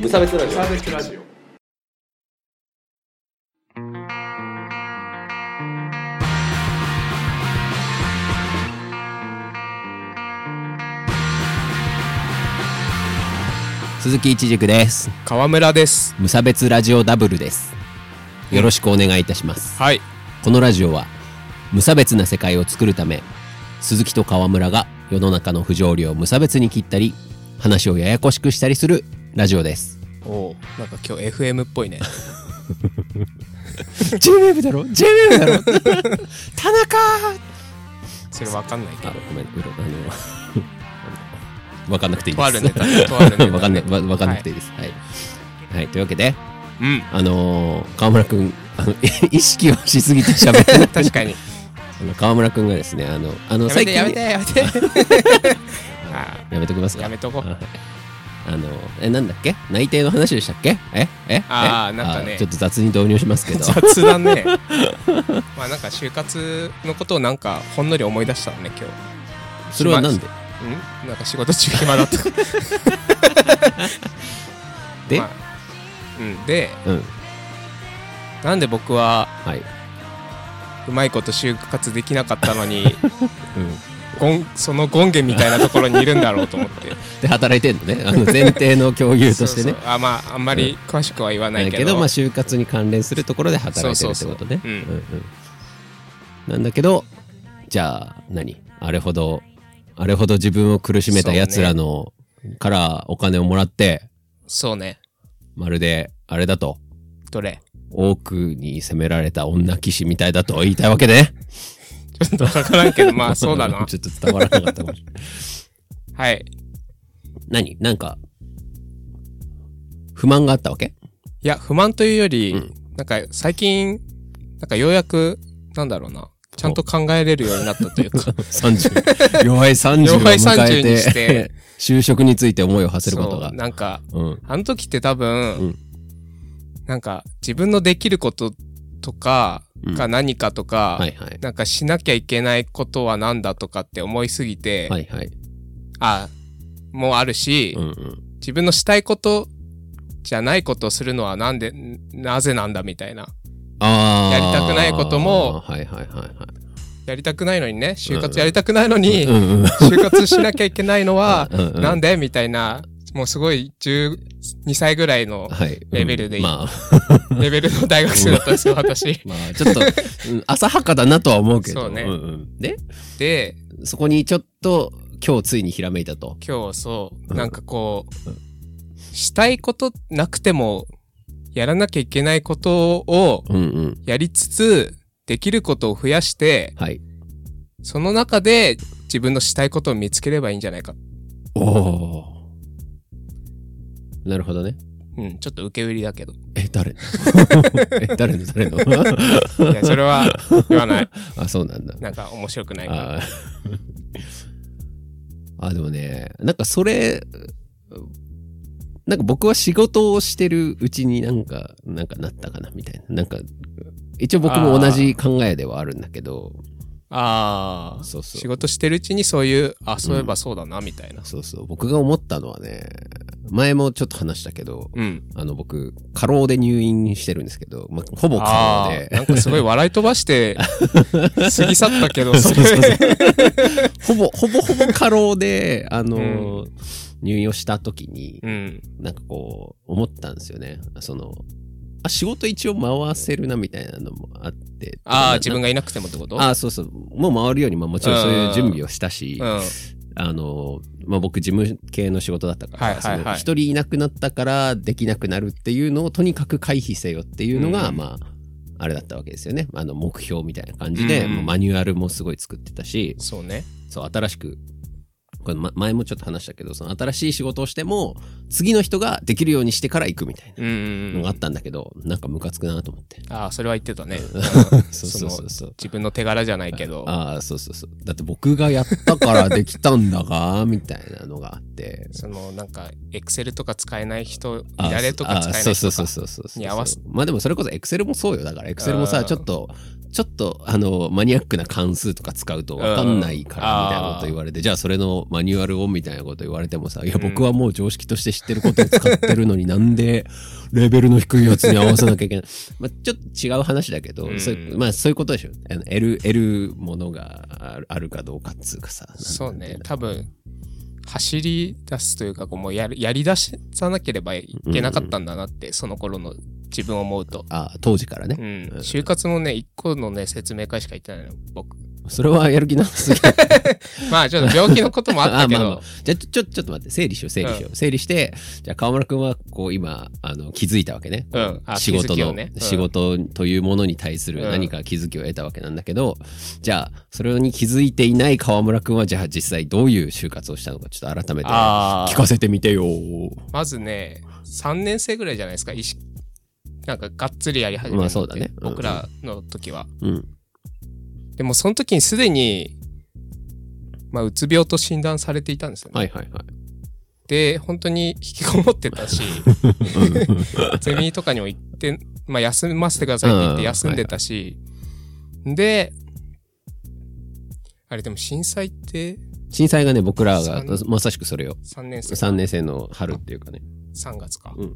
無差別ラジオサービスラジオ鈴木一軸です川村です無差別ラジオダブルですよろしくお願いいたしますはいこのラジオは無差別な世界を作るため鈴木と河村が世の中の不条理を無差別に切ったり話をややこしくしたりするラジオですおおなんか今日 FM っぽいね JWAVE だろ JWAVE だろ田中それわかんないけあどごめんうろあの わかんなくていいですとあるネタとあるネタ わかんないわわかんなくていいですはい、はい、というわけでうんあのー、川村くんあの 意識をしすぎて喋ってない確か にあの川村くんがですねあのあのやめてねやめてやめて あやめときますーかやめとこはいあのえなんだっけ内定の話でしたっけええあーえなんかねあちょっと雑に導入しますけ ど雑だねまあなんか就活のことをなんかほんのり思い出したのね今日それはなんでうんなんか仕事中暇だった で、 まあうんでうんなんで僕ははいうまいこと就活できなかったのに うんゴンその権限みたいなところにいるんだろうと思って で働いてんのねあの前提の共有として そねうそうあまああんまり詳しくは言わなだいけけどど,、まあ、就活に関連するところで働いてるってことねそうそうそううんうんなんだけどじゃあ何あれほどあれほど自分を苦しめたやつらの、からお金をもらってそうねまるであれだとどれ 多くに責められた女騎士みたいだと言いたいわけね。ちょっと分からんけどまあそうだな ちょっと伝わらなかったかもしれない。はい何なんか、不満があったわけ いや不満というより、なんか最近なんかようやくなんだろうなちゃんと考えれるようになったという か ?30。弱い30を弱い迎30えにしてて、 就職について思いを馳せることがそう。なんかうん。あの時って多分、うんなんか自分のできることとかが何かとか、はいはい。なんかしなきゃいけないことは何だとかって思いすぎて、はいはい。あもあるし、うんうん。自分のしたいことじゃないことをするのはなんでなぜなんだみたいなああ。やりたくないこともはいはいはいはい。やりたくないのにね就活やりたくないのに、うんうん。 就活しなきゃいけないのは うんうんなんでみたいなもうすごい12歳ぐらいのはい。レベルでいいまあ、レベルの大学生だったんですよ私。ま あ、ちょっと、うん浅はかだなとは思うけど。そうねんうん。で、でそこにちょっと、今日ついにひらめいたと。今日そううんなんかこうしたいことなくてもやらなきゃいけないことをうんうん。やりつつできることを増やしてはい。その中で自分のしたいことを見つければいいんじゃないかおお。なるほどね。うんちょっと受け売りだけどえ、誰 え、誰の誰の いやそれは言わ ないあ、そうなんだ。なんか面白くないからあー あ、でもね、なんかそれ、なんか僕は仕事をしてるうちになんか、なんかなったかなみたいな。なんか、一応僕も同じ考えではあるんだけど、あーそうそう仕事してるうちにそういうあそういえばそうだなみたいなそうそう、僕が思ったのはね、前もちょっと話したけど、うんあの僕、過労で入院してるんですけど、まあ、ほぼ過あ労ーで。なんかすごい笑い飛ばして過ぎ去ったけど それ ほぼ、ほぼほぼ過労で、あのー、入院をした時に、うんなんかこう、思ったんですよね。その、あ、仕事一応回せるなみたいなのもあって。ああ、な自分がいなくてもってことあーそうそう。もう回るように、まあもちろんそういう準備をしたし、うん。あのー、まあ僕事務系の仕事だったから、はいはいはいその一人いなくなったからできなくなるっていうのをとにかく回避せよっていうのが、うんまあ、あれだったわけですよね。あの、目標みたいな感じで、うんうんもうマニュアルもすごい作ってたし、そうね。そう、新しく、これ、ま、前もちょっと話したけど、その新しい仕事をしても、次の人ができるようにしてから行くみたいうんなうんうのん。がああったんだけど、なんかムカつくなと 思って。あー、それは言ってたね。そうそうそうそそのう。自分の手柄じゃないけど。ああ、そうそうそう。だって僕がやったからできたんだが、みたいなのがあって。そのなんか、エクセルとか使えない人、あーやれとか使えない人とか。あーそうそうそうそうそうそうに合わせまあでもそれこそエクセルもそうよだからエクセルもうさんちょっとちょっと、あの、マニアックな関数とか使うと分かんないから、みたいなこと言われて、じゃあそれのマニュアルをみたいなこと言われてもさ、いや、うん僕はもう常識として知ってることを使ってるのになんで、レベルの低いやつに合わせなきゃいけない。まあ、ちょっと違う話だけど、うんそういうまあ、そういうことでしょ。あの得る、得るものがあるあるかどうかっつうかさ。なんかそうね、多分、走り出すというか、こうもうやるやり出さなければいけなかったんだなって、その頃の自分を思うと。あ、当時からね。うんう。ん就活もね、一個のね、説明会しか行ってないの、僕。それはやる気なすぎまあ、ちょっと病気のこともあったけ まあまあまどあ、じゃあちょちょちょっと待って整理しよう整理しよう、整理してじゃあ川村君はこう今あの気づいたわけね、うんあ仕事気づきの、をねうん仕事というものに対する何か気づきを得たわけなんだけど、じゃあそれに気づいていない川村君はじゃあ実際どういう就活をしたのかちょっと改めて聞あーかせてみてよまずね、3年生ぐらいじゃないですか、意識。なんか、がっつりやり始めたのってまあそうだねうん僕らの時は。うんでも、その時にすでに、まあ、うつ病と診断されていたんですよね。はいはいはいで、本当に引きこもってた し、ゼミとかにも行って、まあ、休ませてくださいって言って休んでたし、で、あれでも震災って震災がね僕らが三まさしくそれを3年生3年生の春っていうかね3月か。うん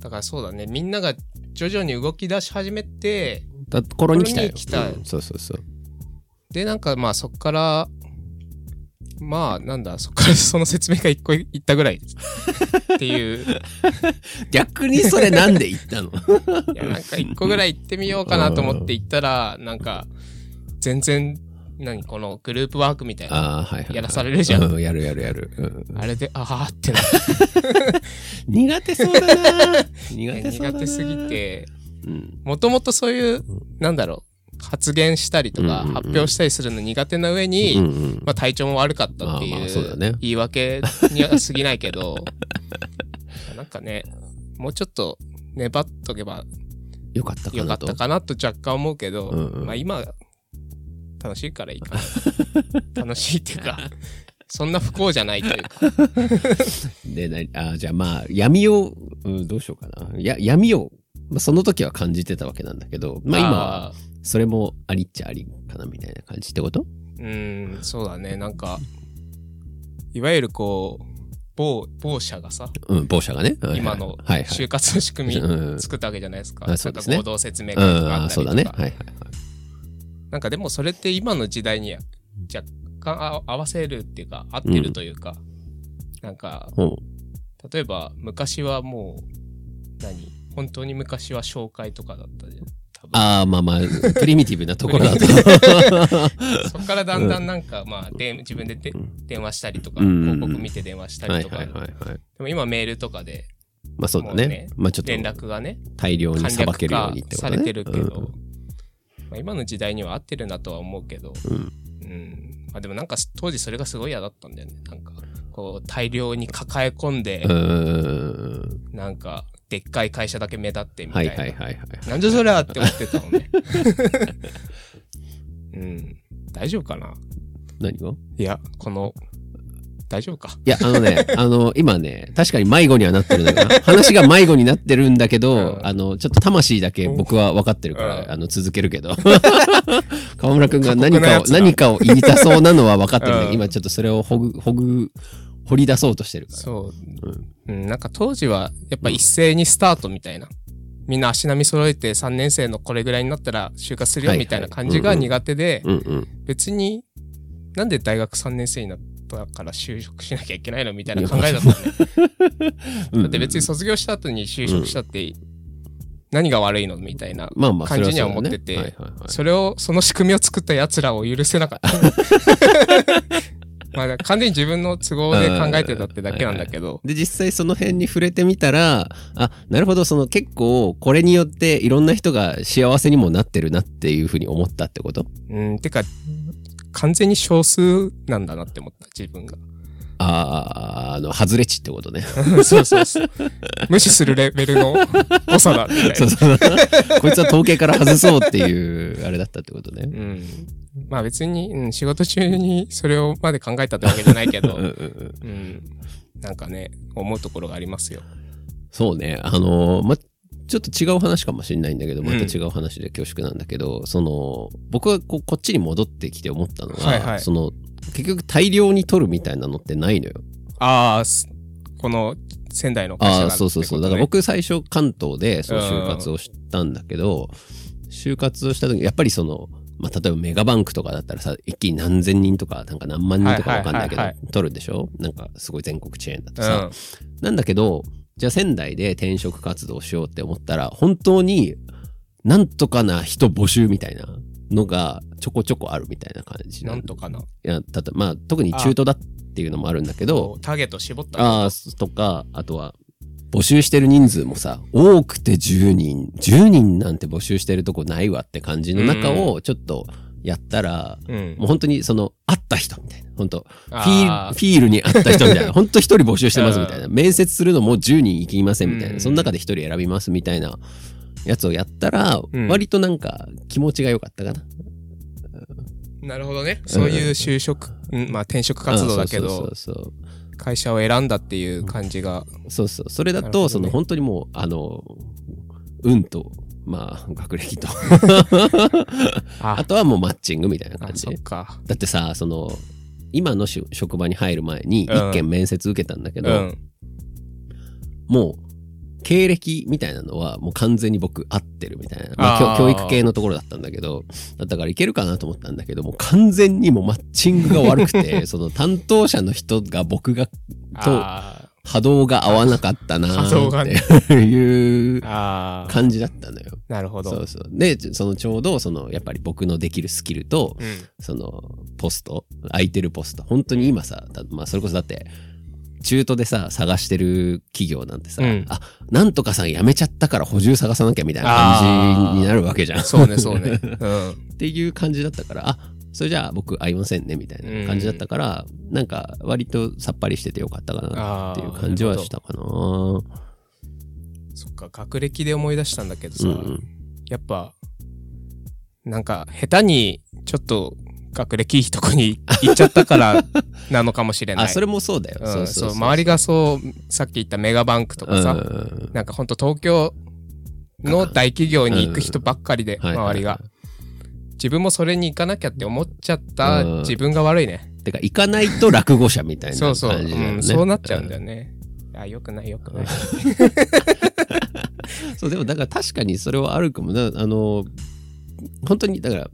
だからそうだね、みんなが徐々に動き出し始めて、だ頃に来たよ頃に来たうんそうそうそうで、なんかまあそっから、まあなんだ、そっから その説明が一個いったぐらいですっていう、い逆にそれなんで言ったのやなんか一個ぐらい行ってみようかなと思って行ったら、なんか全然、何このグループワークみたいな。ああはいはいはいやらされるじゃんうやるやるやる、うんあれで、あーってなっ苦手そうだな苦て 手そう 苦だな手すぎ、て、うん、もともとそういう、なんだろう、発言したりとかうんうんうん発表したりするの苦手な上うに、んうんまあ体調も悪かったってまあまあいそうだねう言い訳には過ぎないけ ど、なんかね、もうちょっと粘っとけばよかったかよかなっとたかなと若干思うけど、うんうんまあ今、楽しいからいいかな。 楽しいっていう か、そんな不幸じゃないというか。でなあじゃあまあ闇を、うん、どうしようかなや闇を、まあ、その時は感じてたわけなんだけどまあ今はあー、それもありっちゃありかなみたいな感じってことうーん、そうだね。なんか、いわゆるこう、某、某社がさ、うん某社がね、はいはい今のはいはい就活の仕組うみん作ったわけじゃないですか。あそうですねなんか合同説明う会とんかああったそうりだねとはかい。はいはいなんかでもそれって今の時代に若干あ合わせるっていうか、合ってるというか、なんか、うん例えば昔はもう、何本当に昔は紹介とかだったじゃん。多分ああまあまあプリミティブなところだ とそこからだんだんなんか、まあ、で自分でで電話したりとか、うん広告見て電話したはりいとか、はいはいはいでも今メールとかでまあそうだもねうねまあちょっと連絡がね、大量に簡さば略けるよ化うにってことさねれてるけど、うんまあ、今の時代には合ってるなとは思うけど、うんうんまあ、でもなんか当時それがすごい嫌だったんだよね。なんか、こう大量に抱え込んでう、ーんなんか、でっかい会社だけ目立ってみたはいいな。はいはいはい。なんじゃそりゃって思ってたもん ね。うん。大丈夫かな何をいや、この、大丈夫か。いや、あのね、あの、今ね、確かに迷子にはなってるんだけど、話が迷子になってるんだけど、うんあの、ちょっと魂だけ僕は分かってるから、うんあの、続ける けど。河村くんが何過酷なかやを、つだ何かを言いたそうなのは分かってるんだけど、うん今ちょっとそれをほぐ、ほぐ、掘り出そうとしてるから。そう。うん、なんか当時は、やっぱ一斉にスタートみたいな。みんな足並み揃えて3年生のこれぐらいになったら就活するよはいはいみたいな感じが苦手で、うんうん。別に、なんで大学3年生になったから就職しなきゃいけないのみたいな考えだったね。うんだって別に卒業した後に就職したって、何が悪いのみたいな。まあまあ、それ感じにはそうだね思っててはいはいはいそれを、その仕組みを作った奴らを許せなかった。 まあ、だから完全に自分の都合で考えてたってだけなんだけど。で、実際その辺に触れてみたら、あ、なるほど、その結構、これによっていろんな人が幸せにもなってるなっていうふうに思ったってことうん、てか、完全に少数なんだなって思った、自分 が。ああ、あの、外れ値ってことね。そうそうそう。無視するレベル の誤差だ、みたいそうな。そう。 こいつは統計から外そうっていう、あれだったってことね。うん。まあ別に、うん、仕事中にそれをまで考えたってわけじゃないけうんうんど、う ん。うん。なんかね、思うところがありますよ。そうね。あのーま、ちょっと違う話かもしれないんだけど、うんまた違う話で恐縮なんだけど、その、僕はこうこっちに戻ってきて思ったのが、はいはいその、結局大量に取るみたいなのってないのよ。ああ、すこの仙台の会社あがあ、ってそうそうそう。こだとからね僕最初関東でその就活をしたんだけど、就活をした時やっぱりその、まあ、例えばメガバンクとかだったらさ、一気に何千人とか、なんか何万人とかわかんないけどはいはい、取るでしょなんかすごい全国チェーンだとさ。なんだけど、じゃあ仙台で転職活動しようって思ったら、本当になんとかな人募集みたいなのがちょこちょこあるみたいな感うじん。ななの。んとかな。いや、たとまあ特に中途だっていうのもあるんだけど、ターゲット絞ったの。あーとか、あとは、募集してる人数もさ、多くて10人、10人なんて募集してるとこないわって感じの中をちょっとやったら、うんもう。本当にその、会った人みたいな、本当フィーあルーフィールに会った人みたい な、本当一人募集してますみたいな、う面接するのも10人行きませんみたいうんうな、んその中で一人選びますみたいなやつをやったらう、ん割となんか気持ちが良かったかな。なるほどね。そういう就職、うんまあ転職活動だけあーそどう、そうそうそう会社を選んだっていう感じが。そうそう。それだと、なるほどねその本当にもう、あの、運と、まあ、学歴と、ああ、とはもうマッチングみたいな感あじそ。っか。だってさ、その、今のし職場に入る前にうん一件面接受けたんだけうど、ん。もう、経歴みたいなのはもう完全に僕合ってるみたいな、まあ、教あー教育系のところだったんだけどだからいけるかなと思ったんだけどもう完全にもうマッチングが悪 くてその担当者の人が僕があ波動が合わなかったな波動がねーっていーうあー。感じだったのよ。なるほそどう。そう。で、ちょそのちょうど、その、やっぱり僕のできるスキルと、うん。その、ポスト、空いてるポスト、本当に今さ、たまあ、それこそだって、中途でさ、探してる企業なんてさ、うんあ、なんとかさん辞めちゃったから補充探さなきゃみたいな感じになるわけじゃん。そうね、そうね。うん。 っていう感じだったから、あ、それじゃあ僕合いませんね、みたいな感じだったから、なんか、割とさっぱりしててよかったかな、ああ。っていう感じはしたかな。そっか、学歴で思い出したんだけどうさ、んうん。やっぱ、なんか、下手に、ちょっと、学歴いいとこに行っちゃった から、なのかもしれない。あ、それもそうだよ。うんそそううそうそう。周りがそう、さっき言ったメガバンクとかさ、うんうんうんなんかほんと東京の大企業に行く人ばっかりで、はいはいはい周りが。自分もそれに行かなきゃって思っちゃったうん自分が悪いね。てか行かないと落語者みたいなそ感うじそう、だよね。うん、そうなっちゃうんだよね。あ、よくないよくない。うん。そうでもだから確かにそれはあるかもな。あの本当にだから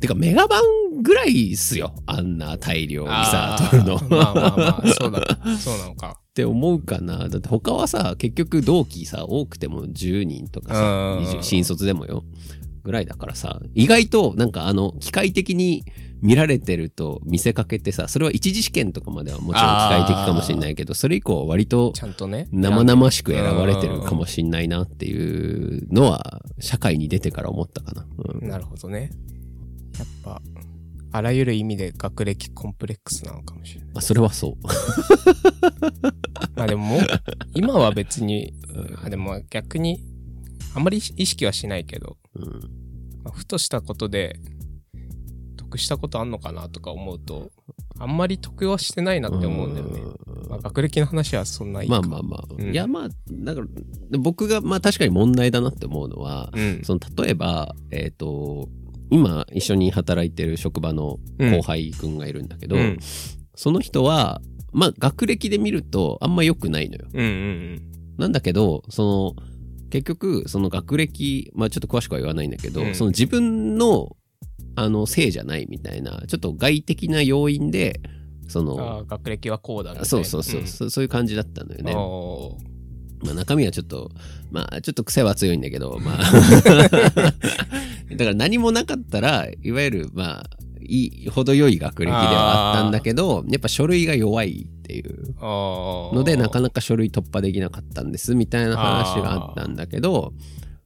てかメガバンぐらいっすよあんな大量にさあー取るのっまあまあまあ、そう だ、そうなのか。て思うかな。だって他はさ結局同期さ多くても10人とかさうん20新卒でもよぐらいだからさ意外となんかあの機械的に見られてると見せかけてさそれは一次試験とかまではもちろん機械的かもしれないけどそれ以降は割とちゃんとね。生々しく選ばれてるかもしんないなっていうのは社会に出てから思ったかな。うんなるほどね。やっぱ、あらゆる意味で学歴コンプレックスなのかもしれない。まあ、それはそう。まあでももう、今は別に、あでも逆に、あんまり意識はしないけど、うんまあふとしたことで、得したことあんのかなとか思うと、あんまり得はしてないなって思うんだよね。まあ、学歴の話はそんないいまか。あまあまあ。うんいやまあ、だから僕がまあ確かに問題だなって思うのは、うん。その例えば、えっ、と、今一緒に働いてる職場のうん後輩くんがいるんだけど、うんその人は、まあ学歴で見るとあんま良くないのよ。うんうんなんだけど、その、結局、その学歴、まあちょっと詳しくは言わないんだけど、うんその自分の、あの、せいじゃないみたいな、ちょっと外的な要因で、そうん。ああの、学歴はこうだみたいなそうそうそう、んそそういう感じだったのよね。おーまあ中身はちょっと、まあちょっと癖は強いんだけど、ま あ。 だから何もなかったら、いわゆる、まあ、いい、程よい学歴ではあったんだけど、やっぱ書類が弱いっていう。あーのでなかなか書類突破できなかったんですみたいな話があったんだけど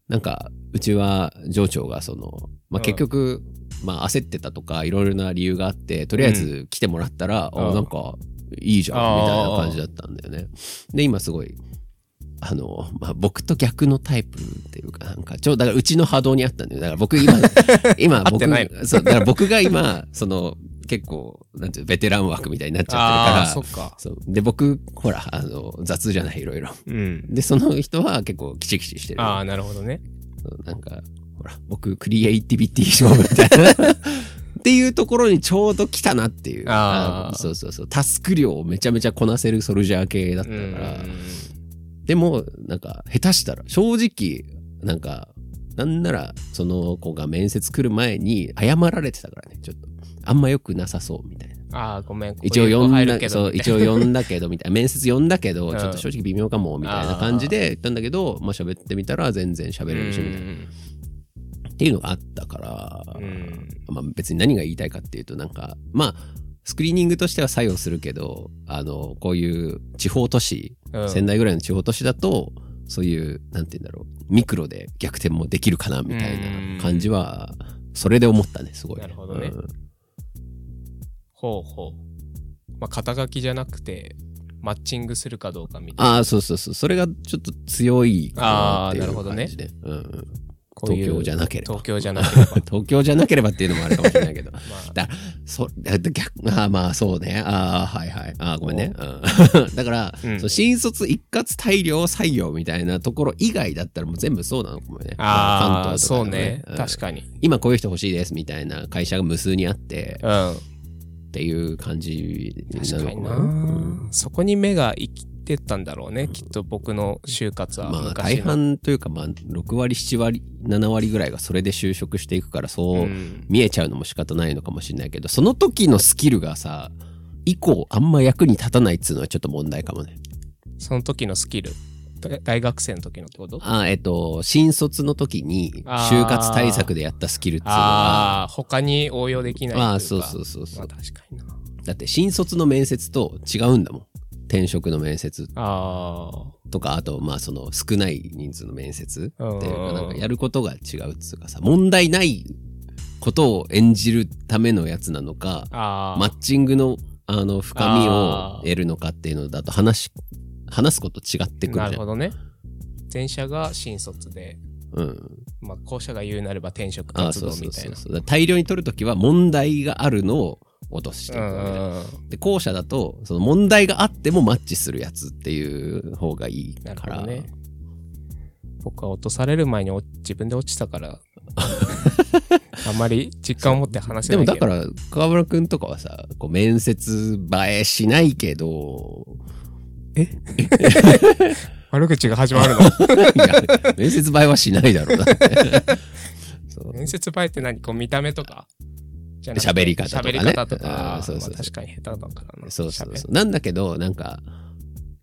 なんかうちは上長がその、まうあ、ん結局、まあ焦ってたとかいろいろな理由があってとりあえず来てもらったら、うんあなんかいいじゃんあーみたいな感じだったんだよね。で今すごいあの、まあ、僕と逆のタイプっていうか、なんか、ちょう だからうちの波動にあったんだよ。だから僕今、今合ってない僕、そう、だから僕が今、その、結構、なんていうのベテラン枠みたいになっちあゃあ、ってそるっか。。からそうで、僕、ほら、あの、雑じゃない、いろいろ。うん。で、その人は結構キチキチしてる。ああ、なるほどね。そうなんか、ほら、僕、クリエイティビティ勝負みたい な。っていうところにちょうど来たなっていう。あーのそうそうそう。タスク量をめちゃめちゃこなせるソルジャー系だったうから。ん。でも、なんか、下手したら、正直、なんか、なんなら、その子が面接来る前に謝られてたからね、ちょっと。あんま良くなさそう、みたいな。ああ、ごめん。一応呼ここん入るけだ、どそう、みた一い応呼んだけど、みたいな。面接呼んだけど、うんちょっと正直微妙かも、みたいな感じで言ったんだけど、まあ喋ってみたら全然喋なれるし、みたいな。っていうのがあったから、うんまあ別に何が言いたいかっていうと、なんか、まあ、スクリーニングとしては作用するけど、あの、こういう地方都市、うん。仙台ぐらいの地方都市だと、そういう、なんて言うんだろう、ミクロで逆転もできるかな、みたいな感じは、それで思ったね、すごい。なるほどねうんほうほう。まあ、肩書きじゃなくて、マッチングするかどうかみたいな。ああ、そうそうそう。それがちょっと強いかなっていあーなるうほどね感じで。うんうんこういう東京じゃなければ東京じゃなければ。 東京じゃなければっていうのもあるかもしれないけど。まあ、そ だだ逆あーまあそうねああはいはいあーごめんね、うん、 だから、うんそう新卒一括大量採用みたいなところ以外だったらもう全部そうなのかもねああ、関東とそかうでもね。ん確かに。今こういう人欲しいですみたいな会社が無数にあってうん。っていう感じな確かにのな、かなうんそこに目が行ってったんだろうね。きっと僕の就活はまあ昔大の。半というかまあ6割7割7割ぐらいがそれで就職していくからそう、うん見えちゃうのも仕方ないのかもしれないけどその時のスキルがさ以降あんま役に立たないっつうのはちょっと問題かもねその時のスキル。だ大学生の時のってことあーえっと新卒の時にあー就活対策でやったスキルっつうのはああ、他に応用できないというか。ああーそうそうそうそまあう確かにな。だって新卒の面接と違うんだもん転職の面接あとかあとまあその少ない人数の面接あ。うんっていうかなんかやることが違うっつうかさ問題ないことを演じるためのやつなのかああ。マッチングのあの深みを得るのかっていうのだと話し話すこと違ってくなるるじゃほん。どね。前者が新卒で、うん、まあ、後者が言うなれば転職ああ活そう動そみうたそいうな。そうだから大量に取るときは問題があるのを落としていくうんわけうじゃんんうんで後者だとその問題があってもマッチするやつっていう方がいいなるかほら、どね。僕は落とされる前にお自分で落ちた から、あんまり実感を持って話せでなもいけだど。、からら川村くんとかはさこう面接映えしないけど悪口が始まるの。 いや面接映えはしないだろうなそう面接映えって何こう見た目とかじゃなくて喋り方とかね喋り方とかあ。ーそうそうそうまあ確かに下手だからな。そうそうそ喋う。なんだけど、なんか、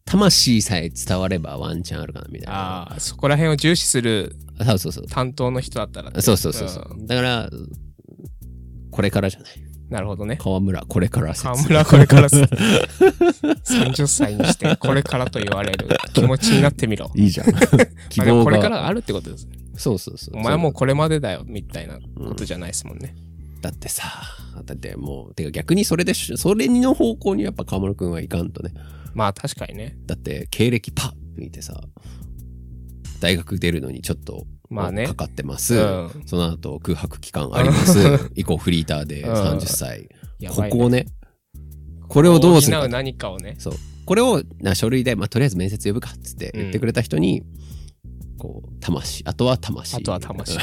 魂さえ伝わればワンチャンあるかなみたいな。ああ、そこら辺を重視するそうそうそう。担当の人だったらね、そうそうそうそう。だから、これからじゃない。なるほ どね。河村、これから説河村これからす30歳にしてこれからと言われる気持ちになってみろ。 いい じゃん。希まあでも望こが。れからあるってことですね。そうそうそう。お前はもうこれまでだよみたいなことじゃないですもんね。だってさ、だってもう、てか逆にそれでし、それの方向にやっぱ河村くんはいかんとね。まあ確かにね。だって、経歴パッ見てさ、大学出るのにちょっと、まあねかかってます。うん。その後空白期間あります。 以降フリーターでうん30歳。やこばいね、こをね、これをどうする補かう。何かをね。そう。これをな書類で、まあ、とりあえず面接呼ぶかっつって言ってくれた人に、こう、魂。あとは魂。あとは 魂。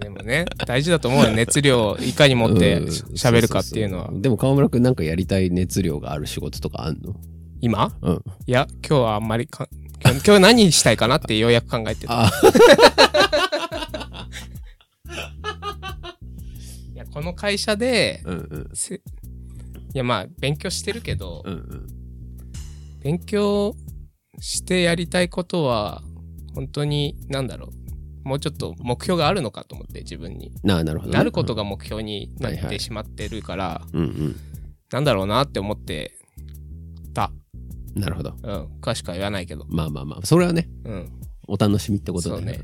でもね、大事だと思うよ。熱量をいかに持ってうん喋るかっていうのはそそ。そでも川村くんなんかやりたい熱量がある仕事とかあんの今うん。いや、今日はあんまりか、今日今日何したいかなってようやく考えてた。あ いや、この会社で、うんうん。せいやまあ勉強してるけど、うんうん。勉強してやりたいことは本当に何だろうもうちょっと目標があるのかと思って自分になあ、なるほどね、なることが目標になはいはっていしまってるから、うんうん。なんだろうなって思ってた、なるほど。うん、詳しくは言わないけど、まあまあまあ、それはね、うん、お楽しみってことそうだねね。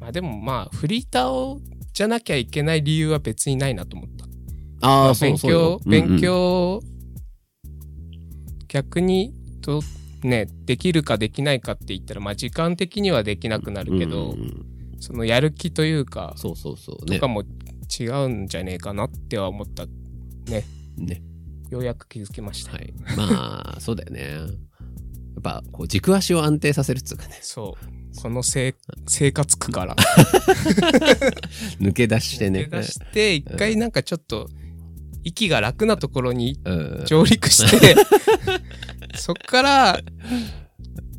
まあでもまあフリーターをじゃなきゃいけない理由は別にないなと思ったあまああ、そう勉そうよ強、勉。強、逆にと、ね、できるかできないかって言ったら、まあ時間的にはできなくなうんるうんけど、うんうんそのやる気というか、そうそうそう。ねとか。も違うんじゃねえかなっては思った。ね。ようやく気づきました。はい。まあ、そうだよね。やっぱ、こう、軸足を安定させるっつうかね、 そう。この生生活苦から抜け出してね。抜け出して、一回なんかちょっと息が楽なところにうん。上陸して、 そっから、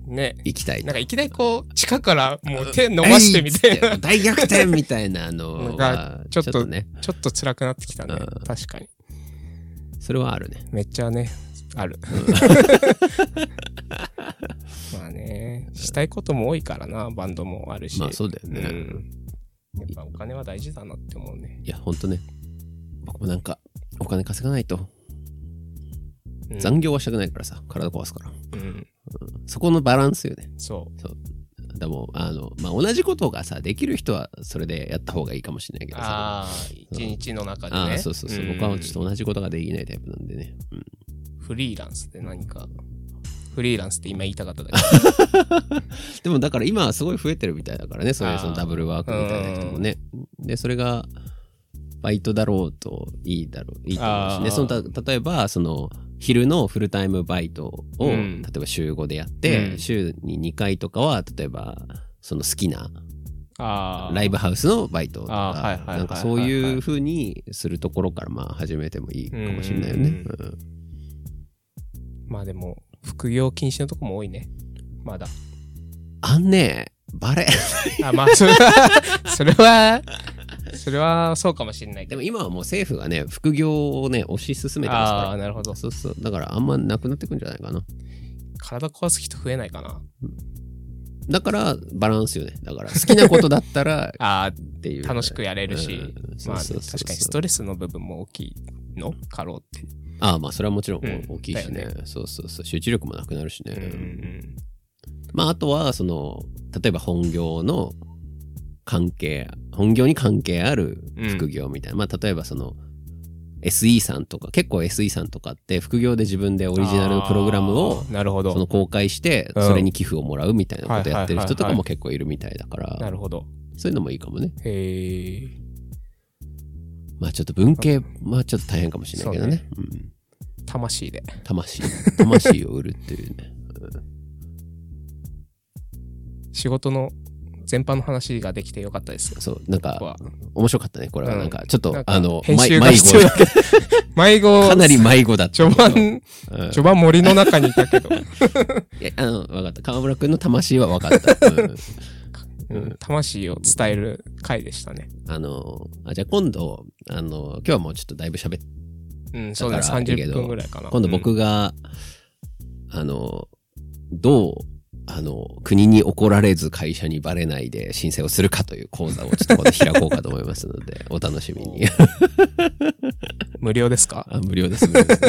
ね、行きたいと。なんかいきなりこう、地下からもう手伸ばしてみたいえっつっな、大逆転みたいな なのんがか、ちちょょっっととね、ちょっと辛くなってきたねうん。確かに。それはあるね。めっちゃね、あ る。まあね、したいことも多いからな、バンドもあるし。まあそうだようね。ん。やっぱお金は大事だなって思うね。いや、ほんとね。僕もなんか、お金稼がないと、うん残業はしたくないからさ、体壊すから。うん。そこのバランスよね。そでも、あの、まあ、同じことがさ、できる人はそれでやった方がいいかもしれないけう。どさ。あああ、一日の中でね。あー、そうそうそう。ん僕はちょっと同じことができないタイプなんでね。うんフリーランスで何か。フリーランスって今言いたかった だけ。でもだから今はすごい増えてるみたいだからね、そういうあーそのダブルワークみたいな人もね。で、それがバイトだろうといいだろう、いいと思うしね。あーそのた例えば、その昼のフルタイムバイトうを、ん例えば週5でやって、うん週に2回とかは、例えば、その好きなああ。ライブハウスのバイトとあーはいはいかはい、はいなんかそういう風にするところからまあ始めてもいいかもしれないようね。んまあでも、副業禁止のとこも多いね。まだ。あんね、バレ。 あ、まあ、それは、それは、それはそうかもしれないけでども。今はもう政府がね、副業をね、推し進めてますからああー、。なるほど。そうそう。だからあんまなくなってくんじゃないかな。体壊す人増えないかな。だからバランスよね。だから好きなことだった らあっていう。あ、楽しくやれるし。うんそうまあ、ね、そう確そうかにストレスの部分も大きいのかろうって。ああ、まあそれはもちろんうん大きいしね。だよそうそうそう。集中力もなくなるしね。うんうんまああとは、その、例えば本業の関係、本業に関係ある副業みたいな。まあ例えばその、SE さんとか、結構 SE さんとかって副業で自分でオオリジナルのプログラムを、なるほそのど。公開して、うんそれに寄付をもらうみたいなことやってる人とかはいはいはいはも結構いるみたいだから、なるほど。そういうのもいいかもね。へえ。まあちょっと文系はちょっと大変かもしれないけどね。魂で。うん、魂、 魂を売るっていうね。仕事の全般の話ができてよかったです。そう、なんここかは面白かったね。これはうんなんかちょっと、なんかあの、編集迷が迷必要子だ。 けど。迷子。かなり迷子だったけど。序盤、うん序盤森の中にいたけど、いや、あの、わかった。河村くんの魂はわかった。うん うん魂を伝える回でしたね。あの、あじゃあ今度、あの、今日はもうちょっとだいぶ喋っうん、そうだね。だからいいけ30ど分ぐらいかな。今度僕が、あの、どう、あの、国に怒られず会社にバレないで申請をするかという講座をちょっと今度開こうかと思いますので、お楽しみに。うん無料ですかあ無料です、無料です。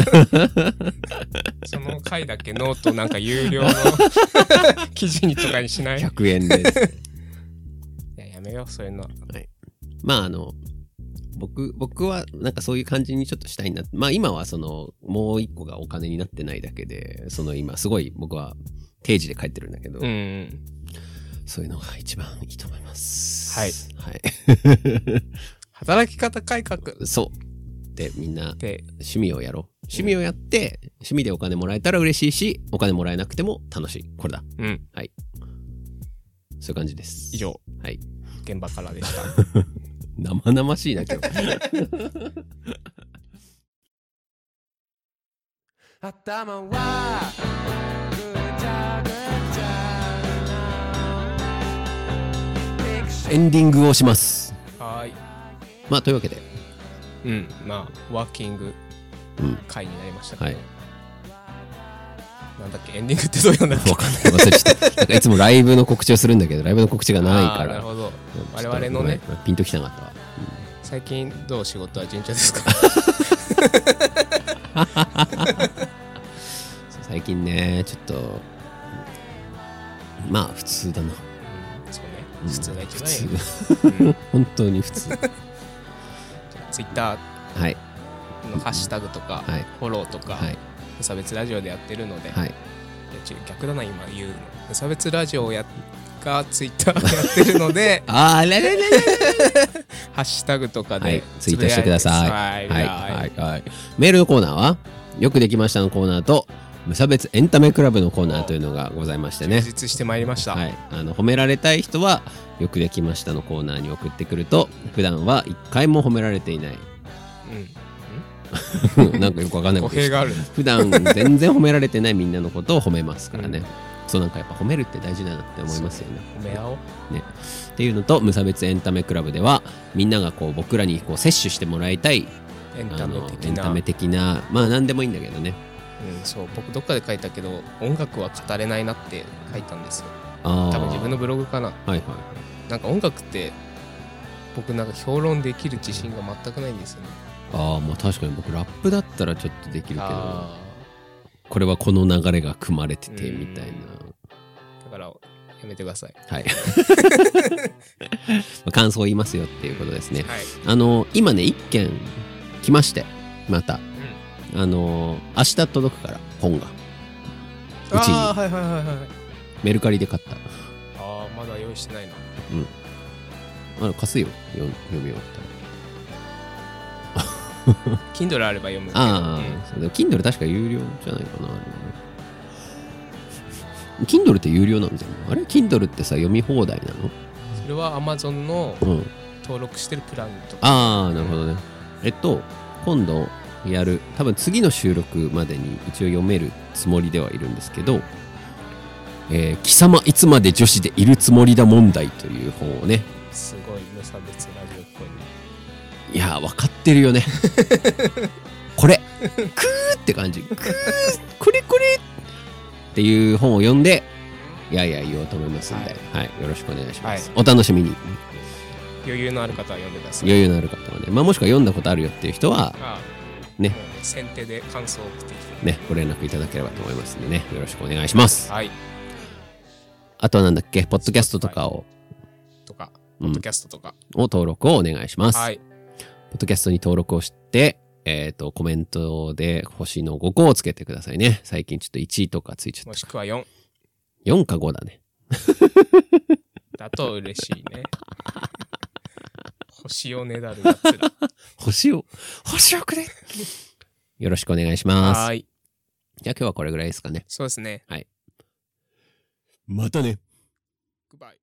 その回だけノートなんか有 料の記事にとかにしないい100円です。 ややめよう、そういうのは。まあ、あの、僕、僕はなんかそういう感じにちょっとしたいな。まあ今はその、もう一個がお金になってないだけで、その今すごい僕は定時で帰ってるんだけど、うん。そういうのが一番いいと思います。はい。はい。働き方改革っそう。で、みんな、て、趣味をやろう。趣味をやって、趣味でお金もらえたら嬉しいし、お金もらえなくても楽しい。これだ。うん、そういう感じです。以。上、はい。現場からでした。生々しいな、今日。頭はぐちゃぐちゃなピクシエンディングをします。 はーい。まあ、というわけで、うん、まあ、ワーキングうん回になりましたけど、はい。なんだっけ、エンディングってどういうんだっけ わかんない。忘れちゃった。なんかいつもライブの告知をするんだけど、ライブの告知がないあかーなるら。ほど。ちょっと我々のね。ごめんピンときたかったわ。最近、どう仕事は順調 ですかそう最近ね、ちょっと、うんまあ、普通だな。うんそうねう。ん普通が一普番いい通よ。。 うん本当に普通。は Twitter い。のハッシュタグとか、はいフォローとか、はい。無差別ラジオでやってるので、はい。違う逆だな今言うの無差別ラジオをやがツイッターやってるの であれれれれハッシュタグとかはいで、ツイートしてください。ははいい、はいはい、はい。メールのコーナーは、よくできましたのコーナーと、無差別エンタメクラブのコーナーというのがございまして充ね。実してまいりました、はい。あの、褒められたい人は、よくできましたのコーナーに送ってくると、普段は一回も褒められてい ない。なんかよくわかんう、なん語いこと弊 がある普段全然褒められてないみんなのことを褒めますからね。そうなんかやっぱ褒めるって大事だなって思いますよね。おめあおっていうのと無差別エンタメクラブではみんながこう僕らにこう摂取してもらいたいエンあタメの的エンタなメ的なまあ何でもいいんだけどねうん、そう僕どっかで書いたけど音楽は語れないなって書いたんですよあー多分自分のブログかなはいはいなんか音楽って僕なんか評論できる自信が全くないんですよねああまあ確かに僕ラップだったらちょっとできるけどあこれはこの流れが組まれててうんみたいーなだからやめてくださいはいまあ感想を言いますよっていうことですねはい、あの今ね一件来ましてまたうん、あの明日届くから本がうちにああはいはいはいはいメルカリで買ったああまだ用意してないなあの貸すよ読読み終わったら Kindle あれば読むけどあうんあ、そうでも Kindle 確か有料じゃないかな。あれね Kindle って有料なんじゃないあれ Kindle ってさ、読み放題なそれは Amazon ののうん。登録してるプランとかああ、なるほどね。えっと、今度やる、多分次の収録までに一応読めるつもりではいるんですけど、えー貴様いつまで女子でいるつもりだ問題という本をね、すごい無差別ラジオっぽいねいやー、分かってるよね。 これ、クーって感じ。クー、これこれっていう本を読んで、いやいや言おうと思いますんで、はい、よろしくお願いします。お楽しみに。余裕のある方は読んでください余裕のある方はね、まあ、もしくは読んだことあるよっていう人は、ああねもう先手で感想を送ってきてね、ご連絡いただければと思いますんでね、よろしくお願いします。はいあとはなんだっけ、ポッドキャストとかを、とかうポッんド、キャストとか、を登録をお願いします。はいポッドキャストに登録をして、えっ、と、コメントで星の5個をつけてくださいね。最近ちょっと1位とかついちゃったも。しくは4 4か5だね。だと嬉しい ね星をねだるやつら星を、星を くれよろしくお願いします。はーいじゃあ今日はこれぐらいですかね。そうですねまたね。グッバイ